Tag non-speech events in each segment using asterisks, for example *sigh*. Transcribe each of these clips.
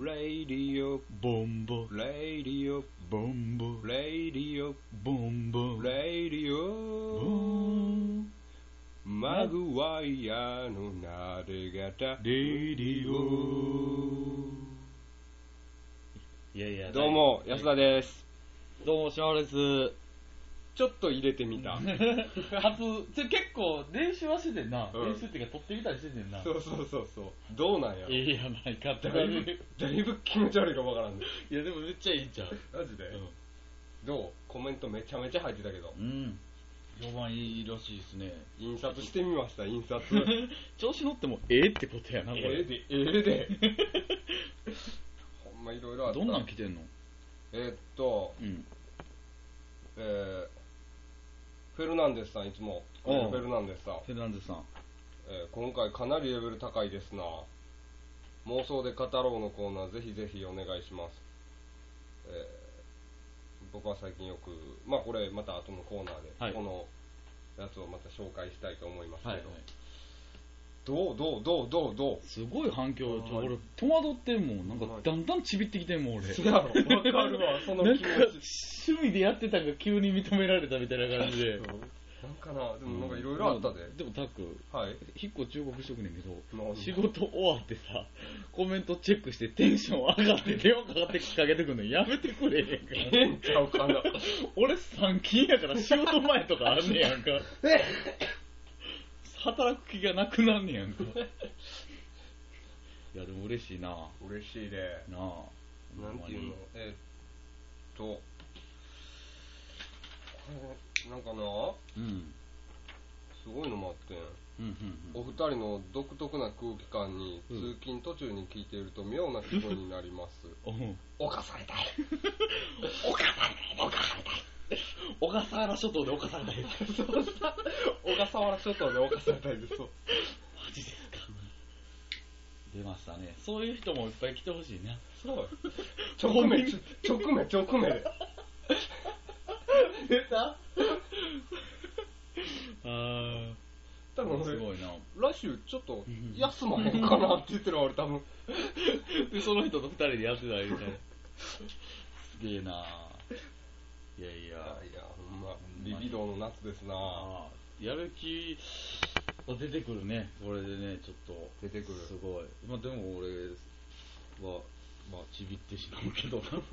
Radio ボンボ Radio ボンボ Radio ボンボ Radio ンマグワイヤのなで方レディオいやいやどうも安田ですどうもシャワレスちょっと入れてみた *laughs* 初ちょ結構練習はしててんな、うん練習っていうか撮ってみたりしててんなそうそうそうそうどうなんやええや *laughs* ないかってだ感いじぶだいぶ気持ち悪いかわからんねいやでもめっちゃいいんちゃうマジでどうコメントめちゃめちゃ入ってたけどうん評判いいらしいですね印刷してみました印刷 *laughs* 調子乗ってもええってことやなこええれ、でええでほんまいろいろあった *laughs* どんなん来てんのえーっとうんえーフェルナンデスさんいつもフうんェルナンデスさん、フェルナンデスさんえー今回かなりレベル高いですな妄想で語ろうのコーナーぜひぜひお願いします、えー僕は最近よくまあこれまた後のコーナーで、はいこのやつをまた紹介したいと思いますけど、はい、はい、どうどうどうどうどうすごい反響ちょはい俺戸惑ってんもんなんかはいだんだんちびってきてんもん俺違うわかるわそのなん気か持ち趣味でやってたんが急に認められたみたいな感じで *laughs* うんなんかなでもなんかいろいろあったで、でもタック *laughs* はい一個忠告しとくねんけどもう仕事終わってさコメントチェックしてテンション上がって電話かかってきかけてくんのやめてくれへんかええん *laughs* ちゃうかな俺3勤やから仕事前とかあんねやんか働く気がなくなんねやんかいやでも嬉しいな嬉しいでなあなんていうのえーっとこれなんかなうんすごいのもあってんうんうんうんお二人の独特な空気感にうん通勤途中に聞いていると妙な気分になります *laughs* うん犯されたい犯されたい犯されたい小笠原諸島で犯されたいマそうさ *laughs* 小笠原諸島で犯されたいですそうジですか出ましたねそういう人もいっぱい来てほしいなそう直ごめ目んちょ *laughs* 直目直目で出たあ多分ー俺すごいな来週ちょっと休まへんかなって言ってるわ俺多分でその人と二人でやってたみたいなすげえないやいいややいやほんまリビドーの夏ですなあーやる気は出てくるねこれでねちょっと出てくるすごいまあでも俺はまあちびってしまうけどななんか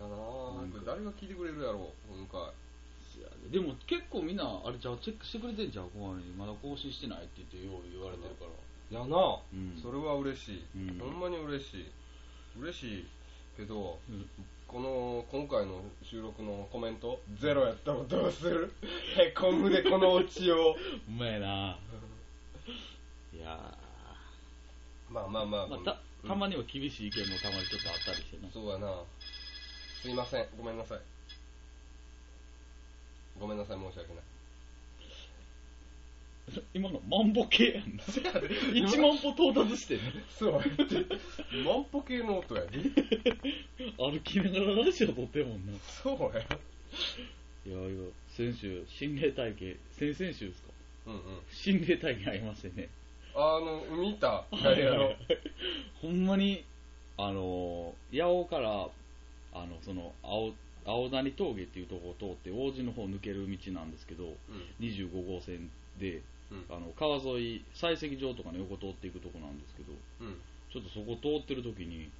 ななこんかれ誰が聞いてくれるやろ今回 *laughs* でも結構みんなあれじゃあチェックしてくれてんじゃんこにまだ更新してないって言ってよう言われてるからいやな、うんそれは嬉しい、うんほんまに嬉しい嬉しいけどうんこの今回の収録のコメントゼロやったらどうする *laughs* へこむでこのオチをうまいないやまあまあまあ、ー、まあ、たうんたまには厳しい意見もたまにちょっとあったりしてな、そうやなすいませんごめんなさいごめんなさい申し訳ない *laughs* 今の万歩計やん *laughs* な1万歩到達してんなそうやって万歩計の音やで *laughs* 歩きながらラジオ撮ってんもんなそうやいやいや先週心霊体験先々週ですかうんうん心霊体験ありましてねあの見たあれやろほんまに、あのー、八尾から、あの、その、青、青谷峠っていうところを通って、王子の方を抜ける道なんですけど、うん25号線で、うんあの、川沿い、採石場とかの横通っていくとこなんですけど、うんちょっとそこ通ってる時に、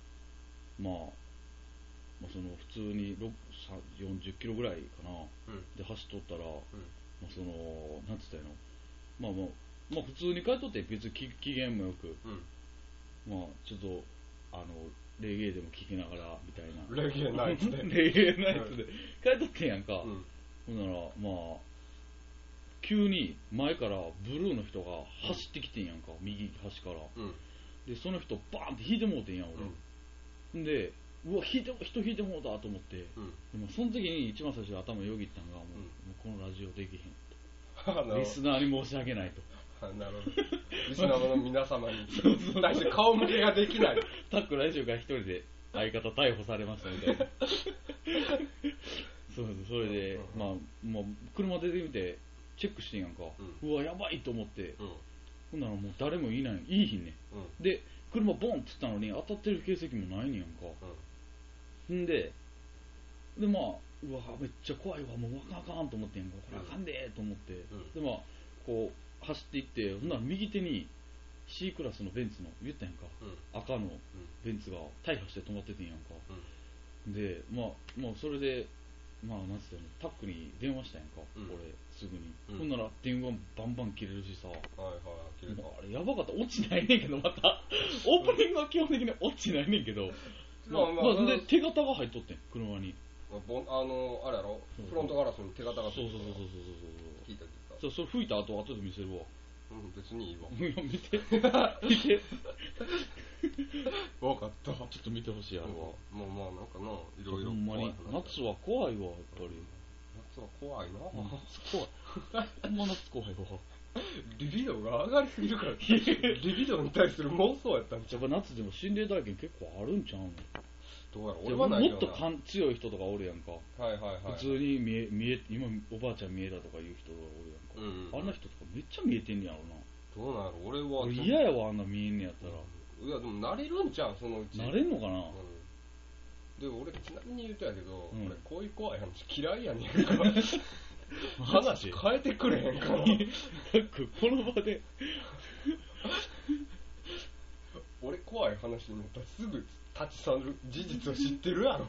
まあ、まあ、その、普通にろくさ40キロぐらいかな、うんで走っとったら、うんまあ、その、なんつったらいいの、まあまあ、まあ普通に帰っとって別に機機嫌もよく、うんまあ、ちょっと、あの、レゲエでも聴きながら、みたいな。レゲエナイツで *laughs* レゲエナイツで。帰っとってんやんか。うんほんなら、まあ、急に前からブルーの人が走ってきてんやんか、右端から。うんで、その人、バーンって引いてもうてんやん、俺。ん、で、うわ、引いても、人引いてもうたと思って。でうんも、その時に一番最初に頭よぎったんが、もうう、んもうこのラジオできあへん。リスナーに申し訳ないと。のなるほどリスナーの皆様に対して顔向けができないタック来週から一人で相方逮捕されました *laughs* みたいなそうそうそれで、うんまあ、まあ車出てみてチェックしてんやんか、うわやばいと思ってうんほんならもう誰もいないいいひんねうんんで車ボンってったのに当たってる形跡もないねやんかんででまあうわめっちゃ怖いわもうあかんあかんと思ってんやんかこれあかんでーと思って、うんでまあこう走っていってほんなら右手に C クラスのベンツの言ったやんかうん赤のベンツが大破して止まっててんやんかでまあまあそれでまあなんつったのタックに電話したやんか、うん俺すぐに、うんほんなら電話バンバン切れるしさ、うんはいはい切れたもうあれやばかった落ちないねんけどまた *laughs* オープニングは基本的に落ちないねんけど、ままああままああで手形が入っとってん車にぼんあのあれやろそうフロントガラスに手形がついそうてそうるそうそうそう聞いた聞いそうそうそれ吹いた後後で見 *laughs* せるわたうん別にいいわいや *laughs* 見て見て分かったちょっと見てほしいあれは、まあまあなんかないろいろほんま怖いに話夏は怖いわやっぱり夏は怖いなうん怖いほんま夏怖いわリビドーが上がりすぎるからリビドーに対する妄想やったんちやゃっうぱ夏でも心霊体験結構あるんちゃうのどうやら俺はないもよっとな勘強い人とかおるやんか、はいはいはい普通に見え見え今おばあちゃん見えたとかいう人がおるやんか、うんあんな人とかめっちゃ見えてんねやろなどうなんやろ俺は俺嫌やわあんな見えんねやったら、いやでも慣れるんちゃうそのうちなれんのかな、うんで俺ちなみに言うとやけど、うん俺こういう怖い話嫌いやねんから *laughs* 話 *laughs* 変えてくれへんから *laughs* なんかこの場で俺怖い話になったらすぐ立ち去る事実を知ってるやろ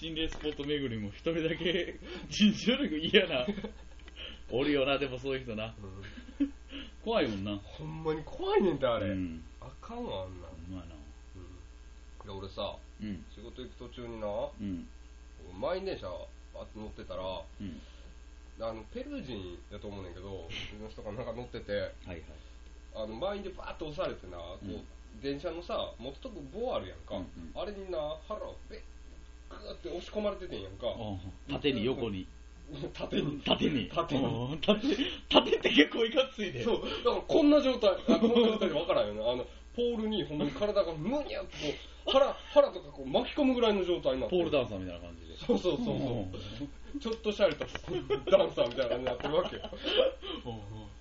心霊スポット巡りも一人だけ尋常力嫌なおるよなでもそういう人なうん怖いもんなほんまに怖いねんてああれ、うんあかんわあんなんほんまやなうん、いや俺さうん仕事行く途中になうん満員電車バッて乗ってたらあうんのペルー人やと思うねんけどその人がなんか乗っててはいはいあの満員でバーッと押されてな、こううん電車のさ持っとく棒あるやんか、うんうんあれにな腹をべグーって押し込まれててんやんか、あ縦に横に縦に縦に縦にうん縦縦って結構いかついでそうだからこんな状態あこんな状態で分からんよねあのポールにほんまに体がむにゃっとこう腹腹とかこう巻き込むぐらいの状態になっポてールダンサーみたいな感じでそうそうそうそう、うんちょっとしゃれたダンサーみたいな感じになってる *laughs* わけよ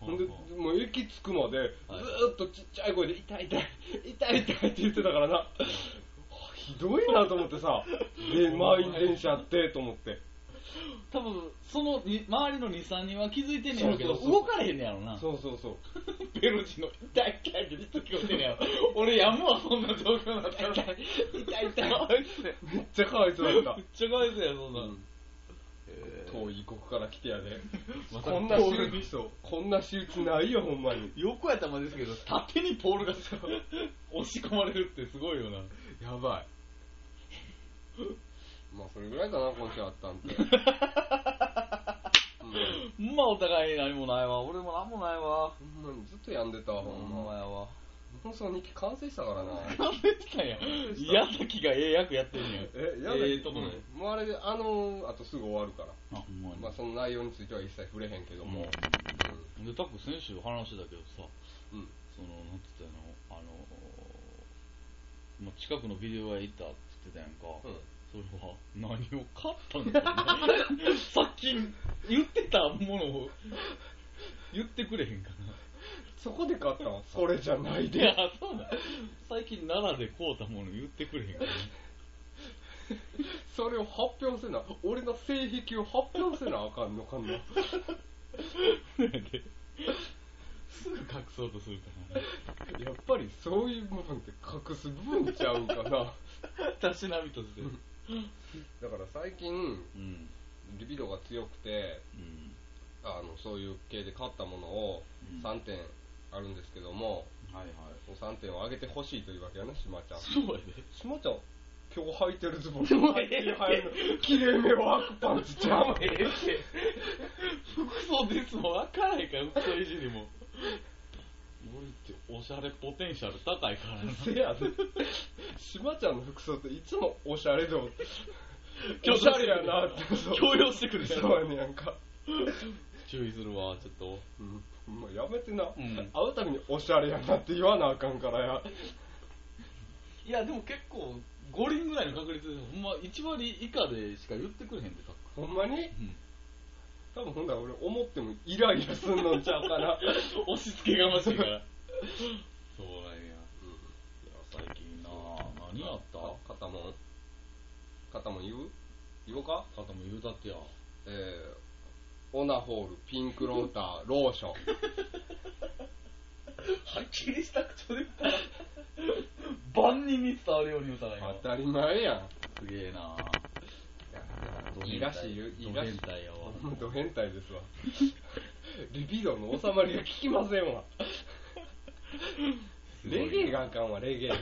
ほんでもう駅着くまでずーっとちっちゃい声で「痛い痛い痛い痛い」って言ってたからなひどいなと思ってさで満員電車ってと思って多分そのに周りの23人は気づいてんねやろうけそどうそうそう動かれへんねやろなそうそうそうペルチの痛い痛いってずっと聞こえてんねやろ *laughs* 俺やむわそんな状況になったら痛い痛い痛いあいつめっめっちゃかわいそうだった、ちゃかわいそうやそんな、うんえー遠い異国から来てやでまさかこんな仕ポ打ールちこんな仕打ちないよほんまに横やったらまですけど縦にポールがさ押し込まれるってすごいよなやばいまあそれぐらいかな今週あったん *laughs* て、うんまあお互いに何もないわ俺も何もないわほんまにずっと病んでたわほんまやわ放送日記完成したからななんでしたんや矢崎がええ役やってんやえやだええとこねうんもうあれであのーあとすぐ終わるからあほんまにまあその内容については一切触れへんけども、うんでタック先週話してたけどさうんうんそのなんて言ったのあのまあ、近くのビデオ屋行ったって言ってたやんか、うんそれは何を買ったんだろうなさっき言ってたものを言ってくれへんかそこで買ったわそれじゃなないいでやそうなん最近奈良で買うたもの言ってくれへんかなそれを発表せな俺の性癖を発表せなあかんのか *laughs* なすぐ隠そうとするからねやっぱりそういう部分って隠す部分ちゃうんかなたしなみとしてうんだから最近うんリビドが強くてあのそういう系で買ったものをうん3点あるんですけども、はいはいその3点を上げてほしいというわけやねしまちゃんそうやでしまちゃん今日履いてるズボンでも最近流行るの切れ目は白パンツちゃうええって服装ですもん分からへんから服装いじりも俺っておしゃれポテンシャル高いからなせやでしまちゃんの服装っていつもおしゃれ度強お調しゃれやなってそう強要してくるやそうろやねやんか、注意するわちょっとうん、もうやめてな、ん会うたびにおしゃれやなって言わなあかんからやいやでも結構5輪ぐらいの確率でほんま1割以下でしか言ってくれへんでたほんまに多分ほんなら俺思ってもイライラすんのんちゃうかな押し付けがましいから。 *laughs* そうなんや。最近な何やった片もん片もん言う言おうか方も言うたってや。えー、オナホールピンクローターローションはっきりした口調で *laughs* 言った。万人に伝わるように歌が当たり前やんすげえないいらしいよいいらしいド変態やわ。ド変態ですわ *laughs* リビドの収まりが効きませんわすごいなレゲエがあかんわレゲエが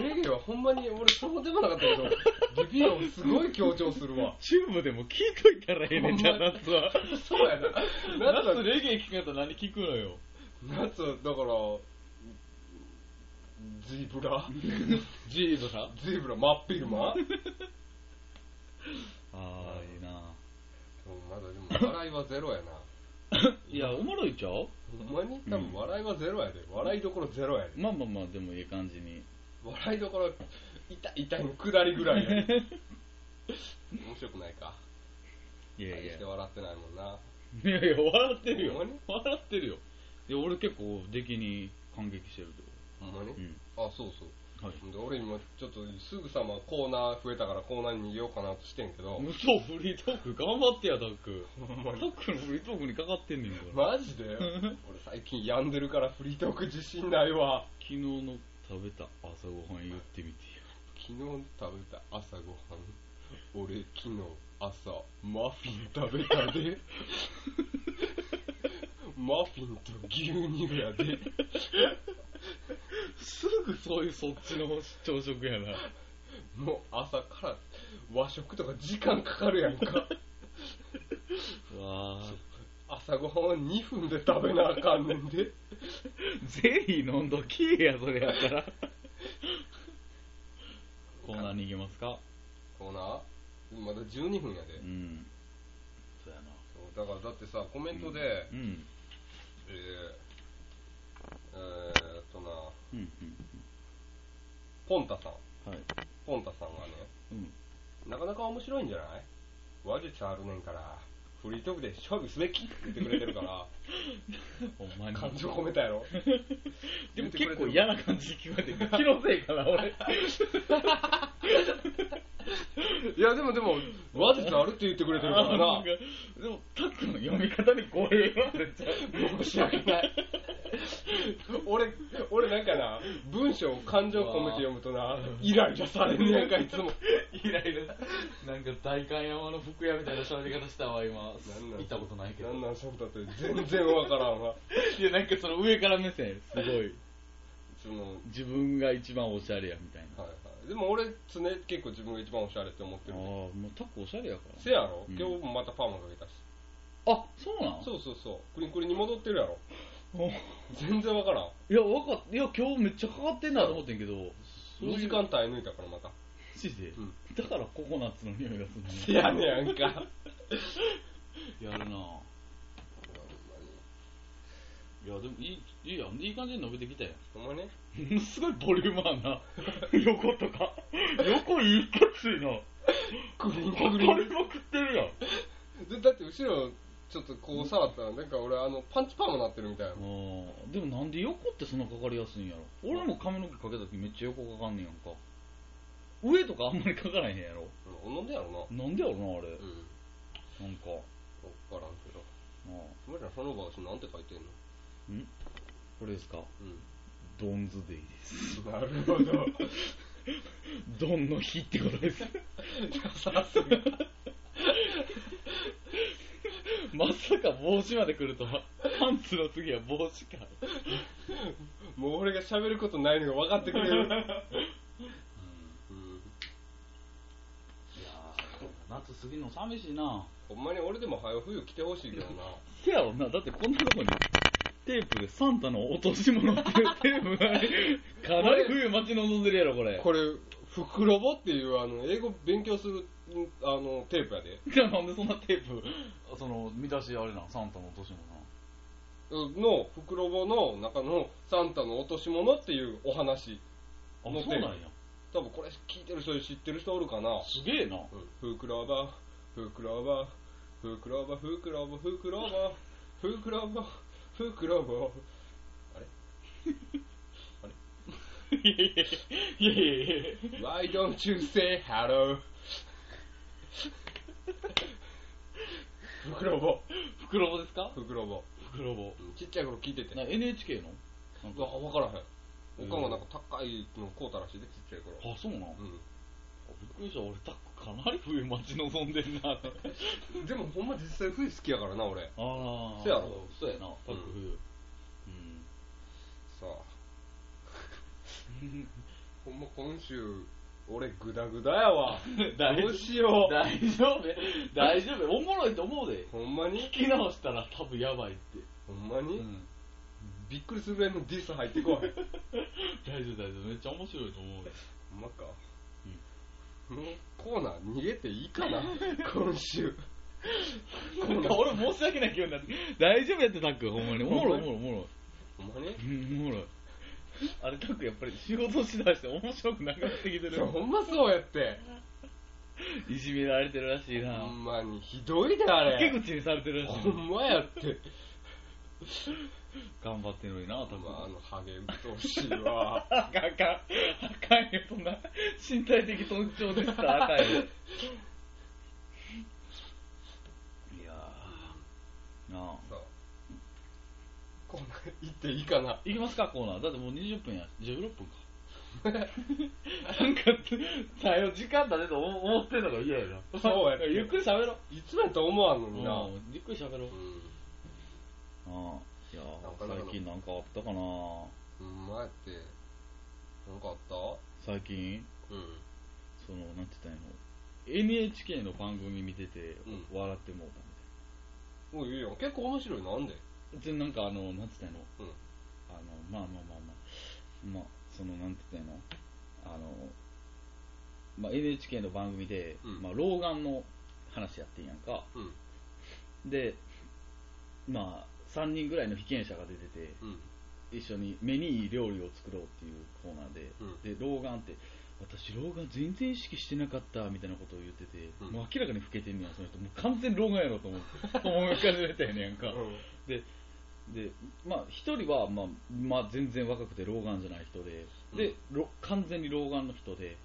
レゲエはほんまに俺そうでもなかったけどリビドすごい強調するわチューブでも聞いといたらええねんじゃほあ、んま夏は。そうやな夏夏レゲエ聞くんやったら何聞くのよ。夏だからジ *laughs* ブラジーブラジブラ真っ昼間 *laughs* まああ、いいなだでも笑いはゼロやないや、おも *laughs* ろいちゃうほんまに多分笑いはゼロやで笑いどころゼロやでまあまあまあ、でもいい感じに。笑いどころ痛い痛いの下りぐらいやで面白くないか *laughs* いやい愛やして。笑ってないもんない *laughs* やいや、笑ってるよほんまに。笑ってるよ。いや、俺結構、出来に感激してるとほんまに、うん。あそうそうはい。で俺今ちょっとすぐさまコーナー増えたからコーナーに逃げようかなとしてんけど嘘、フリートーク頑張ってや、タック。ほんタまにックのフリートークにかかってんねんから。マ *laughs* ジで俺最近病んでるからフリートーク自信ないわ昨日の食べた朝ごはん言ってみてよ。昨日食べた朝ごはん俺昨日朝マフィン食べたでマフィンと牛乳やですぐそういうそっちの朝食や *laughs* な。もう朝から和食とか時間かかるやんかわあ。朝ごはんは2分で食べなあかんねんでゼリー飲んどきや、それや *laughs* ったら。コーナー逃げますかコーナーまだ12分やで、うん。そうやな。そうだからだってさコメントで、うん。えー、えーっとなうん。ポンタさんうん。はい。ポンタさんがねうん。なかなか面白いんじゃない話術あるねんからフリートークで勝負すべきって言ってくれてるから *laughs* ほんまに。感情込めたやろ *laughs* でも結構嫌な感じに聞こえてる。気のせいか *laughs* な、俺。いやでもでも話術あるって言ってくれてるからななんかでも、タックの読み方に語弊があるんちゃ申うし訳ない。俺、俺なんかな、文章を感情込めて読むとな、イライラされんね *laughs* やんか、いつも。イライラ。なんか大観山の服屋みたいな喋り方したわ、今。行なんなんったことないけどなん。なん、シャブだって全然わからんわ。 *laughs* いや、なんかその上から目線、すごい。その、は自分が一番おしゃれや、みたいいな。あはい。でも俺、常に結構自分が一番おしゃれって思ってあ、る。もうタックおしゃれやかせやろうん今日もまたパーマかけたし。ら。あ、そうなんそうそうそう。クリンクリンに戻ってるやろ。お全然わからん。いや、わかっいや、今日めっちゃかかってんなと思ってんけど。 2時間耐え抜いたからまた。マジでうん。だからココナッツの匂いがするのねせやねやんか。やるなぁ。いや、でもいい、いいやん。いい感じに伸びてきたよ。ほんまね。 *laughs* すごいボリュームあんな。 *laughs* 横とか。横いかついな。クリンこクリンれ。まくってるやん。で *laughs* だって後ろちょっとこう触ったらなんか俺あのパンチパーマなってるみたいなでもなんで横ってそんなかかりやすいんやろ。俺も髪の毛かけた時めっちゃ横かかんねやんか。上とかあんまりかからへんやろ。うん飲んでやろなうなんでやろな、あんれ。なんか。分からんけどああお前らその場所なんて書いてんのこれですかうドンズデイです。んなるほど *laughs* ドンの日ってことです。さすがまさか帽子まで来るとは、パンツの次は帽子か。もう俺が喋ることないのが分かってくれる、うん、いやー夏過ぎるの寂しいなほんまに俺でも早う冬来てほしいけどなせやろなだってこんなとこにテープでサンタの落とし物っていうテープが *laughs* かなり冬待ち望んでるやろこれこれフクロボっていうあの英語勉強するうんあのテープやでじゃあなんでそんなテープその見出しあれなサンタの落とし物なのフクロボの中のサンタの落とし物っていうお話あのそうなんや多分これ聞いてる人知ってる人おるかなすげえなうんフクローバー、フクローバー、ふくろぼふくろぼふくろぼふくろぼふくろぼあれあれいやいやいやいやいや Why don't you say hello? *laughs* 袋ぼ、袋棒ですか袋ぼ。袋棒ちっちゃい頃聞いてて。な NHK のなんうかわ、わからへん。おかんがなんか高いの買うたらしいで、ちっちゃい頃。あそうなの、びっうくりした俺たかなり冬待ち望んでんなん。でもほんま実際冬好きやからな、俺。ああそやろそうやなタック冬うん、さあ。ほんま今週、俺グダグダや *laughs* わ。大丈ど夫うしよう。大丈夫大丈夫おもろいと思うでほんまに聞き直したら多分やばいって、ほんまうに、ん、びっくりするぐらいのディス入ってこい。*laughs* 大丈夫大丈夫めっちゃ面白いと思うでほんまか。このコーナー逃げていいか *laughs* な今週。なんか俺申し訳ない気分になって大丈夫やってタックほんまにおもろいおもろいおもろいほんまにうんおもろいあれタックやっぱり仕事しだして面白くなくなってきてるそうほんまそうやって。いじめられてるらしいなほんまにひどいであ陰れ。口にされてるらしいほんまやって。頑張ってるのになタックまあ、あの、ハゲうっとうしい *laughs* わ。あかんあかんあかんよそんな身体的特徴でし *laughs* たらあかんよいやーなあそう。コーナー行っていいかな。行きますかコーナーだってもう20分や16分かなんかさよ時間だねと思思ってんのが嫌やなそうやゆっくり喋ろいつもやと思わんのうにな。うんゆっくり喋ろううん。ああいやなんかーなんか最近なんかあったかなほんまやって。なんかあった最近うん。そのなんて言ったんやろ NHK の番組見てて、う笑ってもうたみたいなおいいいやん。結構面白い。なんででなんかあのなんて言ったんやろ、うんあのまあまあまあまあまあそのなんて言ったんやろあの、まあ、NHK の番組で、うんまあ、老眼の話やってんやんかうん。でまあ3人ぐらいの被験者が出ててうん。一緒に目にいい料理を作ろうっていうコーナーで、うん。で老眼って私老眼全然意識してなかったみたいなことを言ってて、うんもう明らかに老けてんねやその人もう完全に老眼やろと *laughs* 思う思い始めたよねやんか、でまあ一人は、まあ、まあ全然若くて老眼じゃない人でで、ろ完全に老眼の人で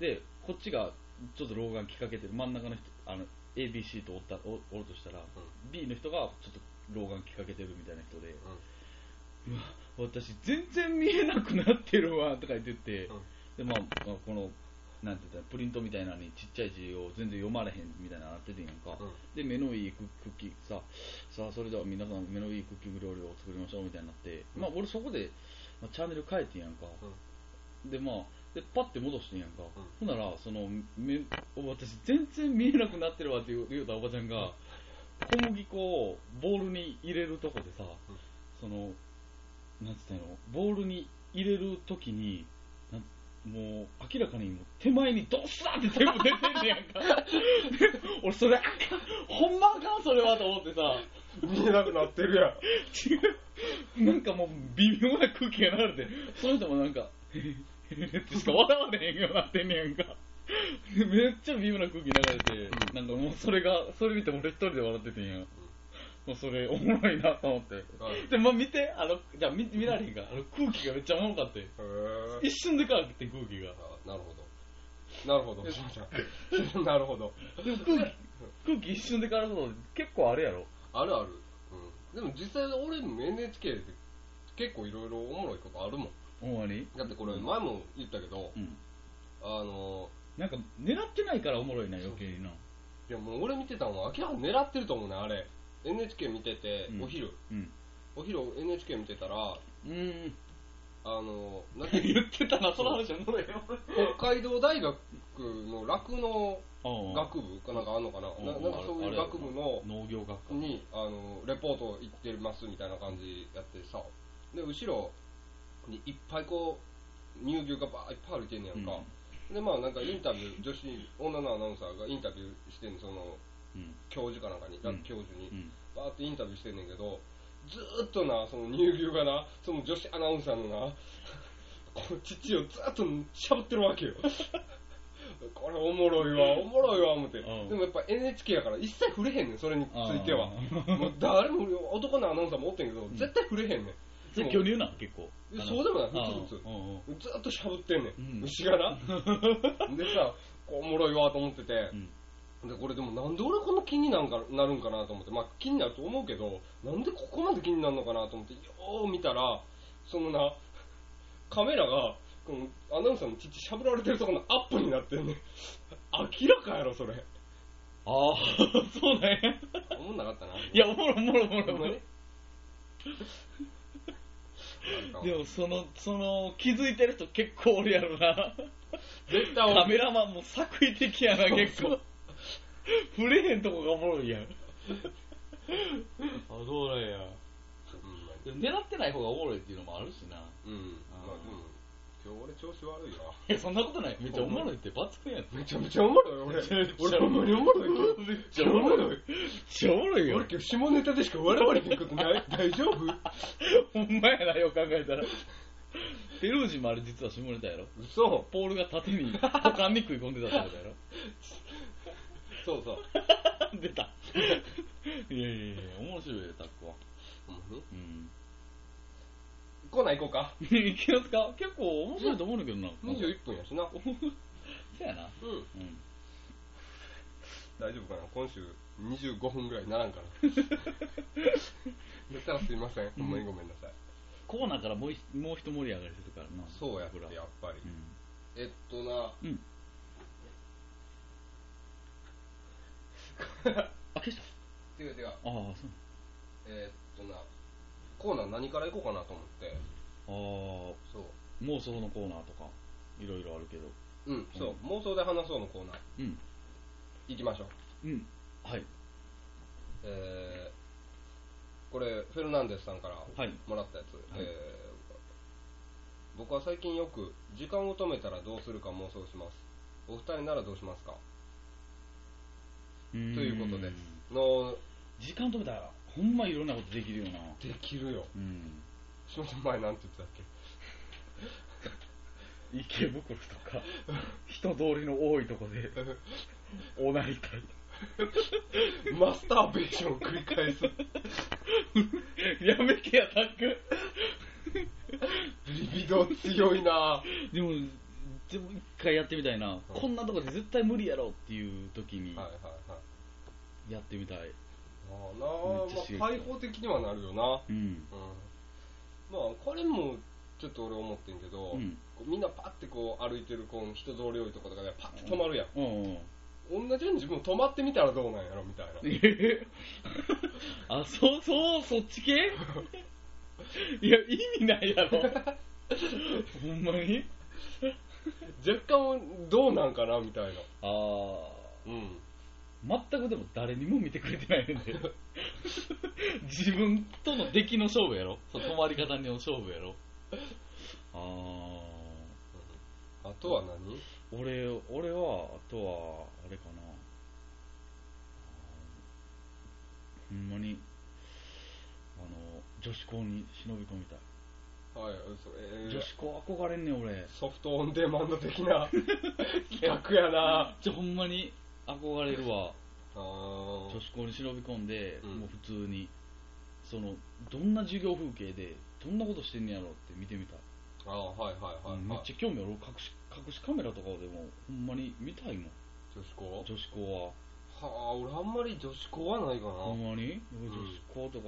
でこっちがちょっと老眼きかけてる真ん中の人あの ABC とおったおおるとしたら、B の人がちょっと老眼きかけてるみたいな人で、うわ私全然見えなくなってるわとか言ってて、でまあ、まあこのなんて言ったらプリントみたいなのにちっちゃい字を全然読まれへんみたいなのなっててんやんか、うんで目のいいククッキーささあそれでは皆さん目のいいクッキング料理を作りましょうみたいになって、うんまあ俺そこで、まあチャンネル変えてんやんか、でまあでパッて戻してんやんか、うほんならその目私全然見えなくなってるわって言う言うたおばちゃんが小麦粉をボールに入れるとこでさ、んそのなんつったんやろボールに入れるときになんもう明らかにもう手前にドッサーって全部出てんねやん *laughs* かで俺それあかんほんまあかんそれはと思ってさうん。見えなくなってるやん。違う *laughs* なんかもう微妙な空気が流れてその人もなんか「へへへへ」ってしか笑われへんようになってんねやんかめっちゃ微妙な空気流れて、うんなんかもうそれがそれ見て俺一人で笑っててんや、もうそれおもろいなと思ってはいでまあ見てあのじゃあ見見られへんからあの空気がめっちゃおもろかったよへー一瞬で変わって空気があなるほど。なるほど。すいません *laughs* なるほど。でも空気空気一瞬で変わること結構あれやろあるある。うん。でも実際俺も NHK で結構いろいろおもろいことあるもん。ほんまにだってこれ前も言ったけど、うんあの、なんか狙ってないからおもろいな余計にないやもう俺見てたのは明らかに狙ってると思うね、あれ。NHK 見ててう、んお昼、うんお昼 NHK 見てたら、うんあの、なん *laughs* て言ってたな、その話はもうよ。北海道大学の酪農学学部かなんかあんのかな、うんななんかそういう学部の農業学科。にあのレポート行ってますみたいな感じやってさで後ろにいっぱいこう乳牛がバーいっぱい歩いてんねやんか、でまあなんかインタビュー女子女のアナウンサーがインタビューしてんのそのうん。教授かなんかにん学教授に、うん。バーってインタビューしてんねんけどずーっとなその乳牛がなその女子アナウンサーのなこの乳をずーっとしゃぶってるわけよ *laughs* これおもろいわ、おもろいわ、思って。うんでもやっぱ NHK やから一切触れへんねん、それについては。あ *laughs* ーもう誰も、男のアナウンサーもおってんけど、絶対触れへんねん。それ巨乳なん結構えそうでもない普通普通普ずーっとしゃぶってんねん、うん牛がなでさこうおもろいわと思ってて、でこれでもなんで俺こんな気になんかなるんかなと思ってまあ気になると思うけどなんでここまで気になるのかなと思ってよう見たらそのなカメラがこのアナウンサーの父しゃぶられてるところのアップになってんねん明らかやろそれああー *laughs* そうね思んなかったないやおもろいおもろいおもろいほおんもまろにいでもそのその気づいてる人結構おるやろな絶対カ俺メラマンも作為的やなそう結構触れへんとこがおもろいやんあそうなんやでも狙ってない方がおもろいっていうのもあるしなうん、うん、まあでも今日俺調子悪いないやそんなことないめっちゃおもろいって抜群やんめちゃめちゃおもろい俺めちゃめちゃ俺ほんまにおもろいよめっちゃおもろい。めっちゃおもろい俺よ今。日下ネタでしか笑われへんことない大丈夫ほんまやな、よく考えたら。ペルージもあれ実は下ネタやろ。嘘ポールが縦に、股間に食い込んでたってことやそうそうろ。出た。いやいやいや、面白いよ、タッコは。うん。コーナー行こうかいきますか結構面白いと思うんだけどな。 21分やしなうん *laughs* そうやな。うん。大丈夫かな今週25分ぐらいならんか *laughs* なやったらすいませんほんまにごめんなさいコーナーからもう一もう一盛り上がりするからな。そうやって僕らやっぱりう。えっとなん *laughs* うん。あ、消した。違う違うああ、そう。えっとなコーナー何から行こうかなと思ってああ、そう妄想のコーナーとか、いろいろあるけど。うんそう妄想で話そうのコーナーうん。行きましょううん。はい。えーこれフェルナンデスさんからはいもらったやつ、はいえー僕は最近よく時間を止めたらどうするか妄想しますお二人ならどうしますかとということです時間止めたら、ほんまいろんなことできるよな。のできるようん。仕事前なんて言ってたっけ池袋とか、 *laughs* 人通りの多いとこで、おなりたい。マスターベーションを繰り返す *laughs* やめけや、タック。リビド強いなでも、でも一回やってみたいな。こんなとこで絶対無理やろっていう時にはい、はいはいやってみたい。まあなあめっちゃ刺激まあ開放的にはなるよなうん。うんまあこれもちょっと俺思ってんけど、うんこうみんなパッてこう歩いてるこう人通り多いとことかでパッて止まるやん、うんうん。同じように自分も止まってみたらどうなんやろみたいなえへ *laughs* あ、そう、そう、そっち系いや、意味ないやろ。ほんまに若干どうなんかなみたいなあうんあ、全くでも誰にも見てくれてないねんで。自分との出来の勝負やろ。そう、止まり方の勝負やろ。ああ、あとは何俺、俺は、あとは、あれかな。あーほんまに、あの、女子校に忍び込みたい。はいそれ女子校憧れんねん俺ソフトオンデマンド的 *laughs* な企画やなじゃほんまに憧れるわあー女子校に忍び込んで、うんもう普通にそのどんな授業風景でどんなことしてんねやろって見てみたい、あーはいはいはい、はい、めっちゃ興味ある俺隠し隠しカメラとかでもほんまに見たいもん女子校女子校はあ俺あんまり女子校はないかな、はほんまにん女子校と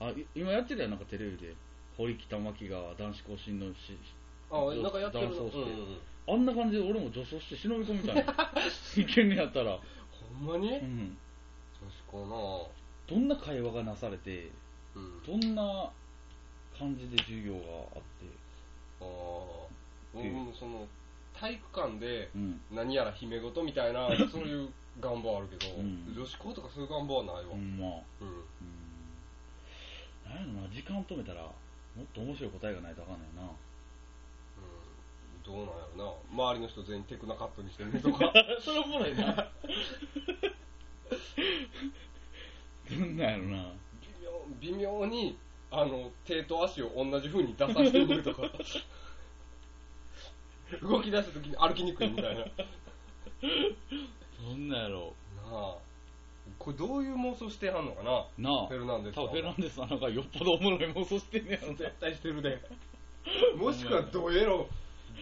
か、あい今やってたよなんかテレビで堀北真希が男子校進のしあなんかやってるな男装しうんうてんうんあんな感じで俺も女装して忍び込みたいな *laughs* いけんねやったら、ほんまに、うん、女子校どんな会話がなされてなうんどんな感じで授業があって、ああ、っていううん、その体育館でうん、何やら姫事みたいなそういう願望あるけど、うん女子校とかそういう願望はないわ、ほうんんま、うん、なんやろな、時間を止めたら、もっと面白い答えがないとあかんねんな。うんどうなんやろな周りの人全員テクナカットにしてると *laughs* かそれおもろいな。 *laughs* どんなんやろな。微妙微妙にあの手と足を同じ風に出させて *laughs* *laughs* みるとか動き出した時に歩きにくいみたいなどんなんやろなあこれどういう妄想してはんのかなう。なあ。フェルナンデス多さん分はフェルナンデスさんなんかよっぽどおもろい妄想してんねやろな。絶対してる *laughs* でもしくはドエロ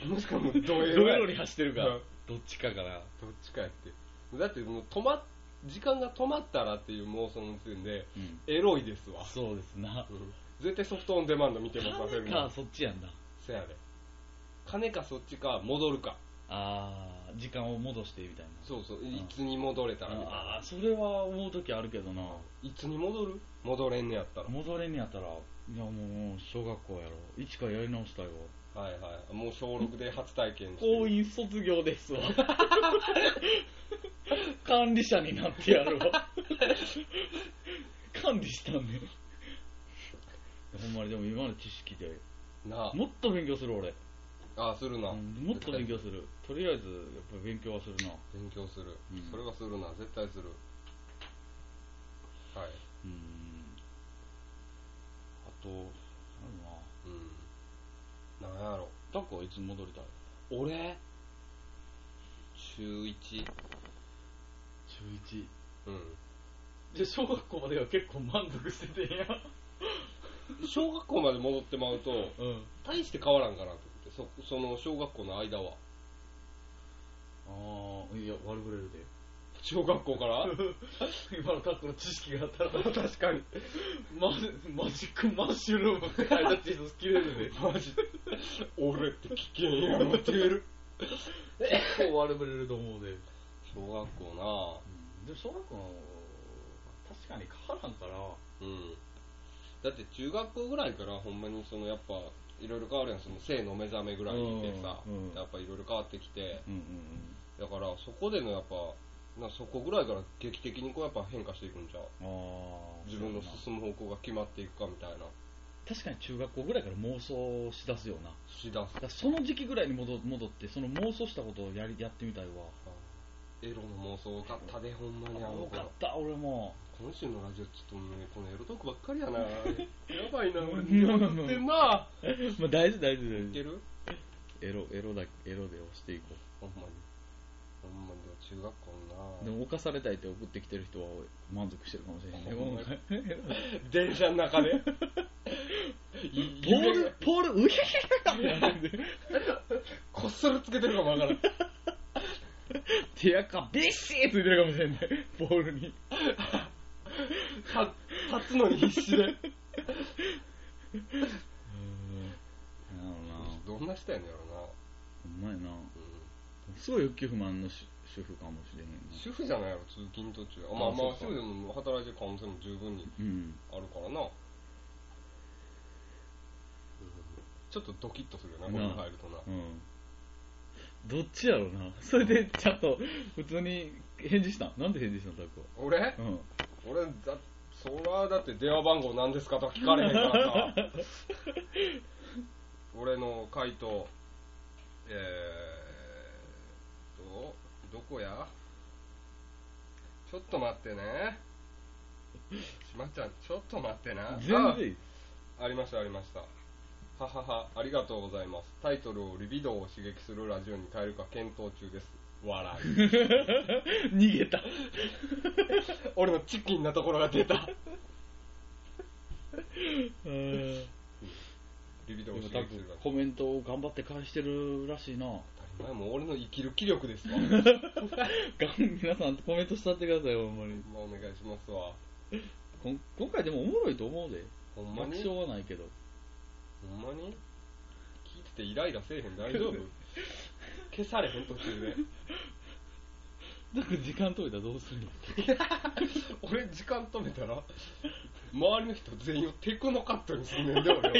もしくはもうドエロどやより走ってるかう。どっちかかな。どっちかやってだってもう止まっ時間が止まったらっていう妄想の時点でうん。エロいですわ、そうですな。うん絶対ソフトオンデマンド見てますわフェル金ナンデかスそっちやんな。せやで金かそっちか戻るかああ、時間を戻してみたいな。そうそううんいつに戻れたらみたいなああ、それは思う時あるけどな。いつに戻る戻れんねやったら戻れんねやったら、いやもう、小学校やろ。一からやり直したいわ。はいはいもう小6で初体験して行員卒業ですわ。 *laughs* 管理者になってやるわ。 *laughs* 管理したんね。ほんまにでも今の知識で、なもっと勉強する俺。ああするな、うんもっと勉強する。とりあえず、やっぱり勉強はするな。勉強する、うんそれはするな絶対するはいうん。あと、なうんなんやろんだろうな。タコはいつ戻りたい俺中 1? 中1。うんじゃ、小学校までは結構満足しててんや。小学校まで戻ってまうとうん。大して変わらんかなと思ってそその小学校の間はああ、いや、悪ぶれるで。小学校から *laughs* 今のタックの知識があ *laughs* ったら、確かにマジマジックマッシュルームって書いた T シャツ着れるで。マジ俺って危険や思ってる *laughs* 結構悪ぶれると思うで。小学校なでも小学校の、確かに変わらんから、うんだって中学校ぐらいからほんまにそのやっぱいろいろ変わるやんその性の目覚めぐらいでさ、うんうんやっぱいろいろ変わってきてうんうんだからそこでのやっぱなそこぐらいから劇的にこうやっぱ変化していくんちゃううん。ああ。自分の進む方向が決まっていくかみたいな確かに中学校ぐらいから妄想しだすよな。しだすだからその時期ぐらいに戻戻って、その妄想したことをやりやってみたいわ。エロの妄想多かったでほんまにあのよ頃かった、俺も。今週のラジオちょっともうねこのエロトークばっか *laughs* りやなやばいな俺うんでまあまあ大事大事い大け事。るエロ、エロだ、エロで押していこほんまにほんまに中学校う。でのなも、犯されたいって送ってきてる人は満足してるかもしれないね。ほんまもう電車の中 *laughs* でポール、ポール、うひひこっそりつけてるかもわからん手垢ビッシーついてるかもしれない。ポールに。立立つのに必死でうん。なるほどどな。んな人やねんやろな、ほんまやな。うん、すごい欲求不満の主主婦かもしれへんな。主婦じゃないやろ通勤途中まああそまうあか主婦でも働いてる可能性も十分にうん。あるからな、ちょっとドキッとするよなこなれ入るとなうん。どっちやろうな。それで、ちゃんと、普通に返事したんなんで返事したんだっこ。俺うん。俺だそらだって電話番号何ですかとか聞かれへんからさ *laughs* 俺の回答えー、っとどこやちょっと待ってねしまっちゃんちょっと待ってな全あ然いい。ありましたありましたはははありがとうございますタイトルをリビドーを刺激するラジオに変えるか検討中です *laughs* 笑い逃げた。俺のチキンなところが出たうん。リビドーを今刺多激する分ラジコメントを頑張って返してるらしいな。オ当たり前もう俺の生きる気力ですわがん皆さんコメントしたってください、ほんまに。まあお願いしますわこん今回でもおもろいと思うで。ほんま確に証はないけど。ほんまに聞いててイライラせえへん大丈 *laughs* 夫消されへん途中で *laughs* だから時間解いたらどうするの俺時間止めたら周りの人全員をテクノカットにすんねん *laughs* で俺は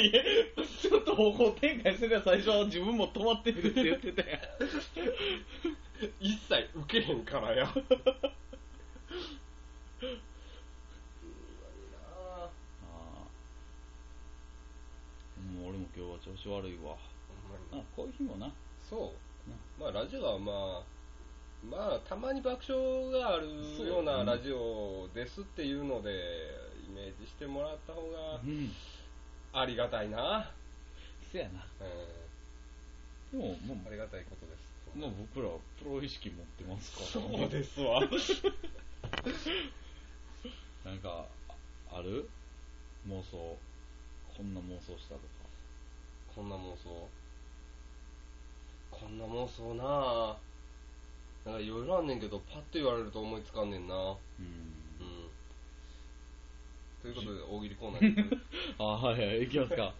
ちょっと方向転換してた最初は自分も止まってるって言ってたや *laughs* ん。一切受けへんから *laughs* やああ。もう俺も今日は調子悪いわ。ほんまあに、こういう日もな。そうまあラジオはまあまあたまに爆笑があるそうようなうんラジオですっていうのでイメージしてもらった方がうん。ありがたいな、せやな。えでも、まありがたいことです。あ、まあ、僕らはプロ意識持ってますから、そうですわ。なんか、あある妄想。こんな妄想したとか。こんな妄想。こんな妄想なぁ。なんかいろいろあんねんけど、パッと言われると思いつかんねんなうん。うん。ということで、大喜利コーナーです。あ、はいはい、いきますか。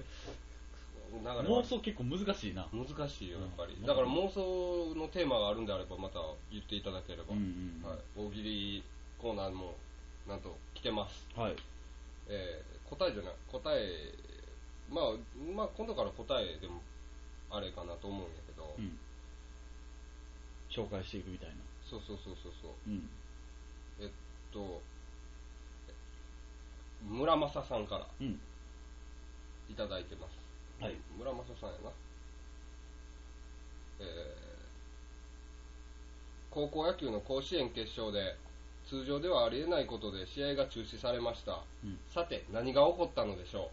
流れは妄想結構難しいな。難しいよ、やっぱりう。んだから妄想のテーマがあるんであれば、また言っていただければ。うんうんはい、大喜利コーナーも、なんと来てます。はい。えー答えじゃない、答え、まあ、まあ、今度から答えでも、あれかなと思うんやけど、うん。紹介していくみたいな。そうそうそうそうそう、うん。えっと、村正さんからうん。いただいてます。はい。村正さんやな。えー高校野球の甲子園決勝で、通常ではありえないことで試合が中止されました。うんさて、何が起こったのでしょ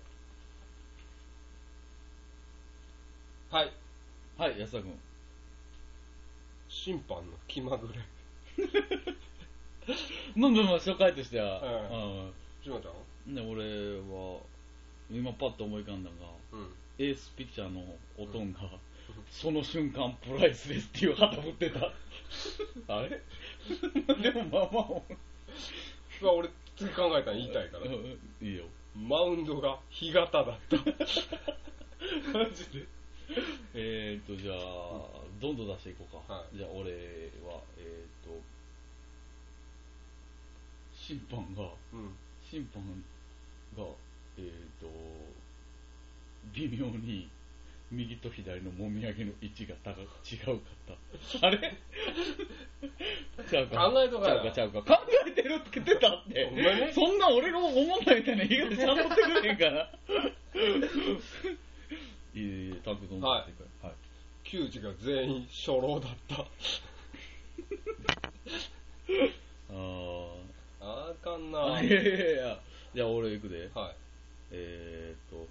うはい、はい、安田君。審判の気まぐれ。まあまあまあ、紹介としては、ううんしまちゃんで俺は今パッと思い浮かんだのがうん。エースピッチャーのおとんが、その瞬間プライスですっていう旗振っ *laughs* てたあれ *laughs* でもまあまあまあ俺、次考えたら言いたいからう。んいいよマウンドが干潟だった。マジでえーっとじゃあどんどん出していこうか、はいじゃあ俺はえーっと審判がうん。審判が、えっ、と、微妙に右と左のもみあげの位置が高く違う *laughs* かった。あれちゃうか。考えとかちなゃうか、ちゃうか。考えてるって言ってたって。お前ねそんな俺の思ったみたいな言い方ちゃんとってくれへん *laughs* から。いいいい、タクどんどんやってくれ。はい。球児が全員初老だった。ああーかんなーあ。いやいやいや。じゃあ俺行くで。はい。えーっと、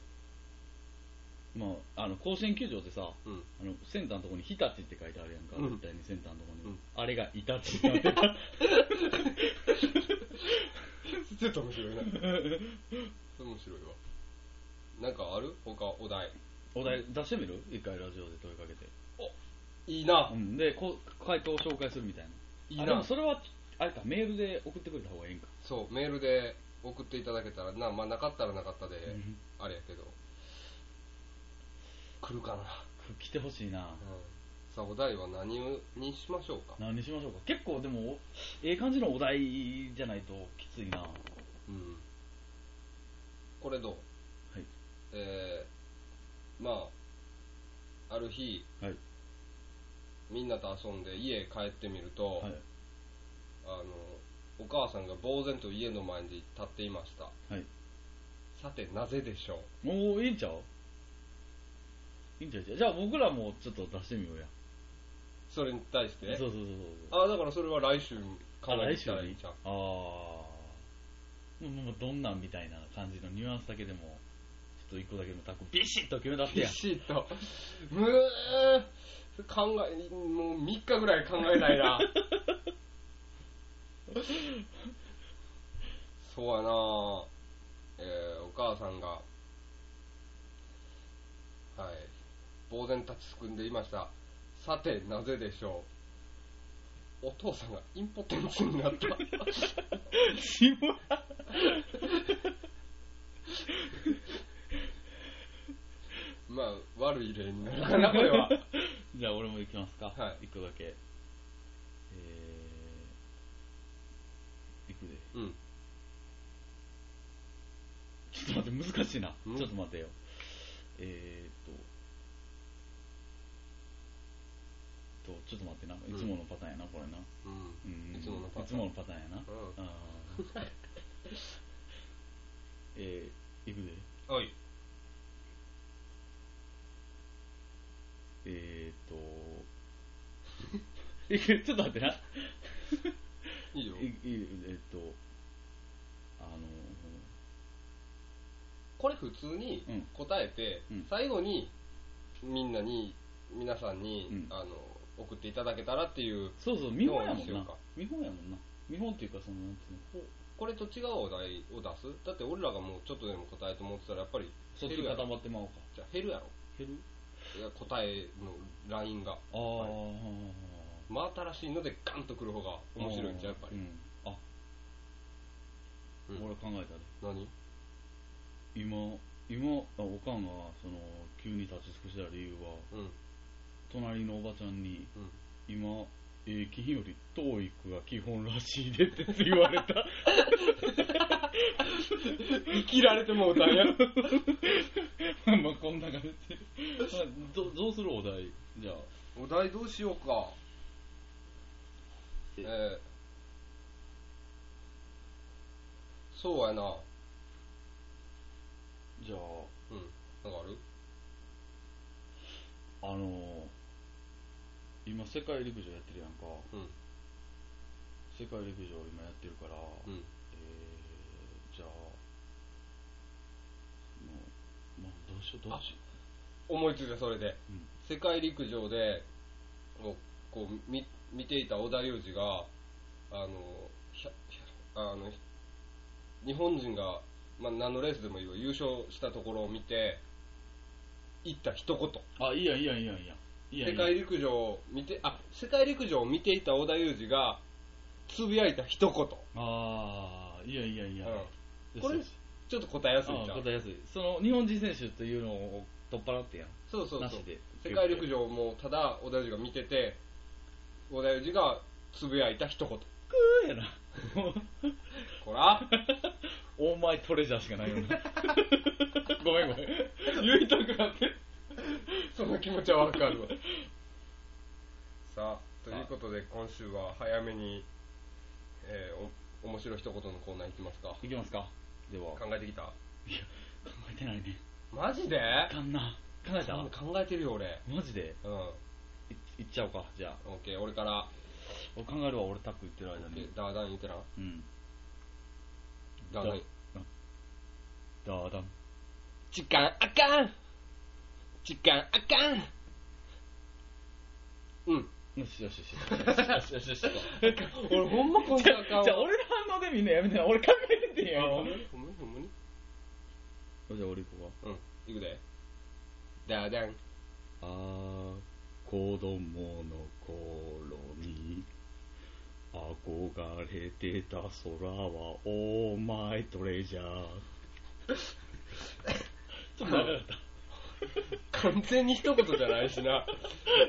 まあ、あの甲子園球場ってさ、うん。あのセンターのところに日立って書いてあるやんか、うん絶対にセンターのところに、うんあれがイタチってなってたちょっと面白いな。それ面白いわ。なんかある他お題。お題出してみる一回ラジオで問いかけて、いいなう。ん、でこう回答を紹介するみたいないいあでなも。それはあれかメールで送ってくれた方がいいんか、そう、メールで送っていただけたら、な、まあなかったらなかったで、うんあれやけど。来るかな。来てほしいなうん、さあ、お題は何にしましょうか。何にしましょうか結構でもおええ感じのお題じゃないときついなうん。これどうはいえー、まあ、ある日、はいみんなと遊んで家へ帰ってみると、はいあの、お母さんが呆然と家の前に立っていました。はいさて、なぜでしょうおおいいんちゃういいんちゃういいんちゃうじゃあ僕らもちょっと出してみようやそれに対してそうそうそうそうあ、だからそれは来週考えて来き週たねらいいじゃん。ああもうもうどんなんみたいな感じのニュアンスだけでもちょっと一個だけのタコビシッと決めたってびやっしりと。むー考え、もう3日ぐらい考えない *laughs* な。そうやなえー、お母さんが、はい、呆然立ちすくんでいました。さて、なぜでしょう。お父さんがインポテンツになった。 *laughs* しもまあ、悪い例になるかな、これは。じゃあ俺も行きますかはい一個だけえー、いくでうん。ちょっと待って難しいな、うんちょっと待てよえー、っととちょっと待ってないつものパターンやなこれな、うん。うんいつものパターンいつものパターンやな、う *laughs* あーえー、いくでん。はい。え *laughs* ー、っといくちょっと待ってないいよ。いいえー、っとあのこれ普通にうん答えて、うん最後にみんなに皆さんに、うんあの送っていただけたらっていうそうそう、見本やもどうしんようなか。見本やもんな。見本っていうか、その、なんていうの、これと違うお題を出すだって俺らがもうちょっとでも答えと思ってたらやっぱりそっ減ちるやろ固まってまおうか。じゃあ減るやろ減るいや答えのラインがああ、はい真新しいのでガンとくる方が面白いんじゃうやっぱり、うんあ、うん俺考えたで。何今、今、あおかんが、その、急に立ち尽くした理由は、うん隣のおばちゃんに、うん今、えー、金より TOEIC が基本らしいでって言われ *laughs* た。生きられてもうたんや *laughs* まあこんな感じで。まあどどうするお題じゃあ。お題どうしようかえーそうやなじゃあ、うんなんかあるあのー今世界陸上やってるやんか。うん世界陸上今やってるから、うんえー、じゃあ、もう、まあ、どうしよう、どうしよ思いついたそれでう。うん世界陸上でこうこう見見ていた織田裕二があのひゃひゃあの日本人が、まあ、何のレースでもいいわ優勝したところを見て言った一言あ、いいやんいいやんいいやんいいやん。いいやん世界陸上を見てあ世界陸上を見ていた織田裕二がつぶやいた一言ああ、いいやんいいやんいいやん。うんよしこれよしちょっと答えやすいんじゃあん答えやすい。その、日本人選手というのを取っ払ってやん。そうそうなそうしで。世界陸上もただ織田裕二が見てて織田裕二がつぶやいた一言くーやな。 *laughs* こらオーマイトレジャーしかない *laughs* よな。ごめんごめん。言いたくなって。その気持ちはわかるわ。さあ、ということで今週は早めに、えー、お面白い一言のコーナーいきますか。いきますか。では、考考えてきたえてないね。マジであかんな。考えた考えてるよ俺。マジでうん。いいっちゃおうか、じゃあ。オッケー、俺から、俺考えるわ、俺タック言ってるオ間ッケにー。ダーダン言ってな。うん。ダーダン。ダーダン。時間あかん時間あかんうん。よしよしよし。よしよしよし。俺ほんま今じ週ゃあかんわ。あ、じゃあ俺の反応でみんなやめて俺考えててんやあん。ほんまにほんまにほんまにじゃあ俺行こうか。うん。いくで。ダーダン。あー子供の頃に憧れてた空はオーマイトレジ *laughs* ャーちょっと長かった完全に一言じゃないしな。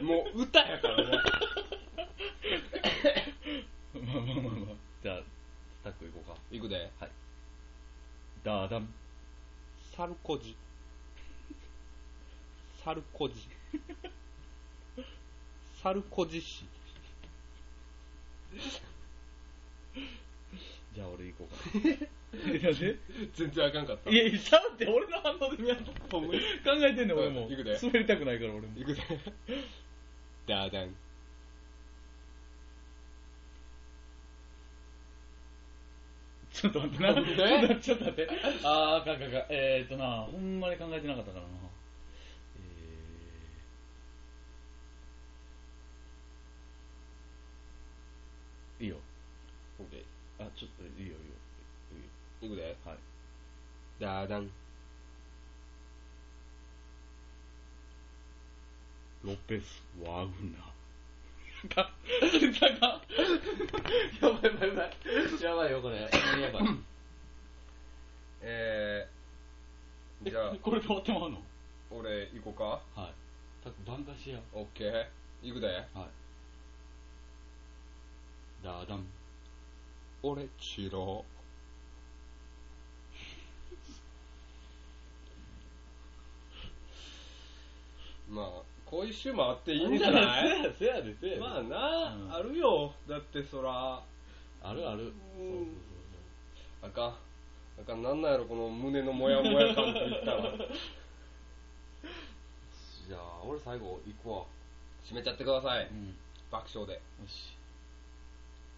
もう歌やからな。まあまあまあまあじゃあタックいこうかいくで。ダーダンサルコジ。サルコジ。サルコジ氏。じゃあ俺行こうかなん *laughs* で全然あかんかった。いやいやちゃうって俺の反応でみんな *laughs* 考ほんまにえてんねん俺もいくで滑りたくないから俺もいくで。ダーダン。ちょっと待ってな。なんでちょっと待って。あー、かんかんかん。えーっとな、ほんまに考えてなかったからな。えー、いいよ。オッケあ、ちょっと、いいよ、いいよ。いいよーいくで。はい。ダーダン。ロペス・ワグ *laughs* ナー。か、か、か。やばいやばいやばい。やばいよ、これ。や *laughs* ばい。えー、じゃあ、これで終わってまうの俺行こうか。はい。たく、挽回しよオッケー。いくで。う。はい。ダーダン。俺、チロ *laughs* まあ、こういう週もあっていいんじゃないせやで、せやで。まあな、うんあるよ。だってそら、あるある。あかん。あかん、なんなんやろ、この胸のモヤモヤ感といったら。 *laughs* じゃあ、俺最後行くわ。締めちゃってください。ん。よ爆笑で。し。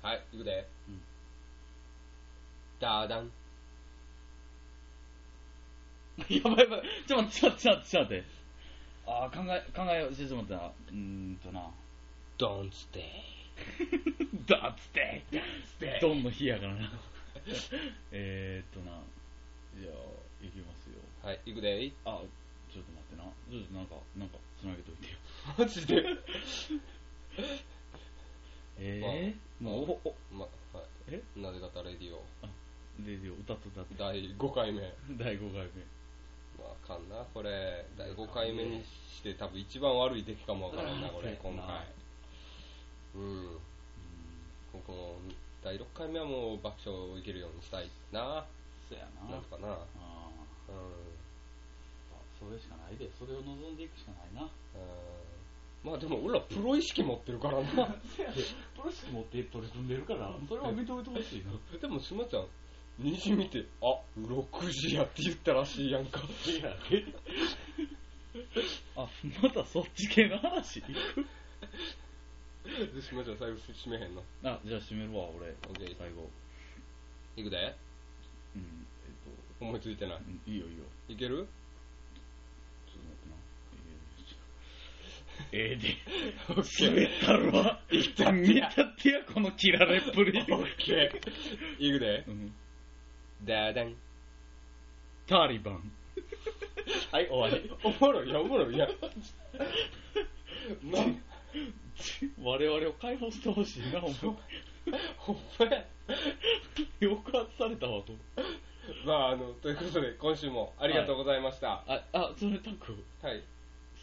はい、いくで。うんダーダン。やばいやばい。ちょ、待って、ちょ、ちょ、ちょ、待って。あああ、考え、考えよう。ちょっと待ってな。うーんとな。 Don't stay. だっつって、 Stay. ドンの日やからな。えーっとな。じゃあ、行きますよ。はい、行くでー。 *laughs* あ、ちょっと待ってな。ちょっとなんか、なんか、つなげといてよ。マジでえー、もう、お、お、ま、はえい。なぜかたレディオ。で、で、歌って歌って。第5回目。第5回目。まあ、あかんな、これ。第5回目にして、多分一番悪い出来かもわからんな、これ、今回。うん。この、第6回目はもう爆笑いけるようにしたいな。そうやな。なんとかな。あうーん。それしかないで、それを望んでいくしかない *laughs* な。うんまあでも、俺らプロ意識持ってるから *laughs* な。せやで、プロ意識持って取り組んでるから、それは認めてほしいな。でも、島ちゃん、2時見て、あ、6時やって言ったらしいやんか。せやで。 *laughs* あ、またそっち系の話で、島ちゃん、最後閉めへんの。あ、じゃあ閉めるわ、俺。オッケー最後。いくでうん、えっと思いついてない。うん、いいよいいよ。いけるちょっと待ってな。ええで。閉めたるわ。見たってや、この切られっぷり。ケー。いくで *laughs* うんダダン。タリバン。はい、終わり。おもろいや、おもろいや。な我々を解放してほしいな、お前。ほんまや。 *laughs* 抑圧されたわとまあ、あの、ということで、今週もありがとうございました。はああそれたくい。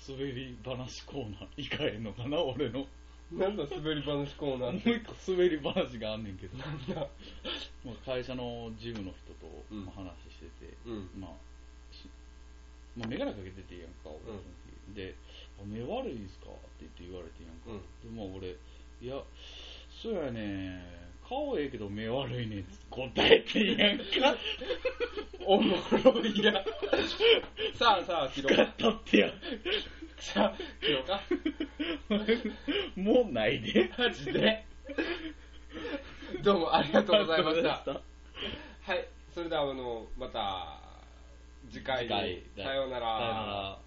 滑り話コーナーいかへんのかな *laughs* 俺のも何の滑り話コーナうーっ一て。個滑り話があんねんけどなんだまあ会社のジムの人とうんまあ話してて、うん。まあしまあ眼鏡かけててやんか俺の時、であ「目悪いんすか?」って言って言われてやんか、でも俺「いやそうやねん顔ええけど目悪いねん」答えてんやんかおもろいや。さあさあ、切ろう使かっ。たってやさあ、切ろうか。 *laughs* もうないでマジで。どうもありがとうございま *laughs* しありがとうございた。はい。それでは、あの、また、次回に次回さようなら。さよなら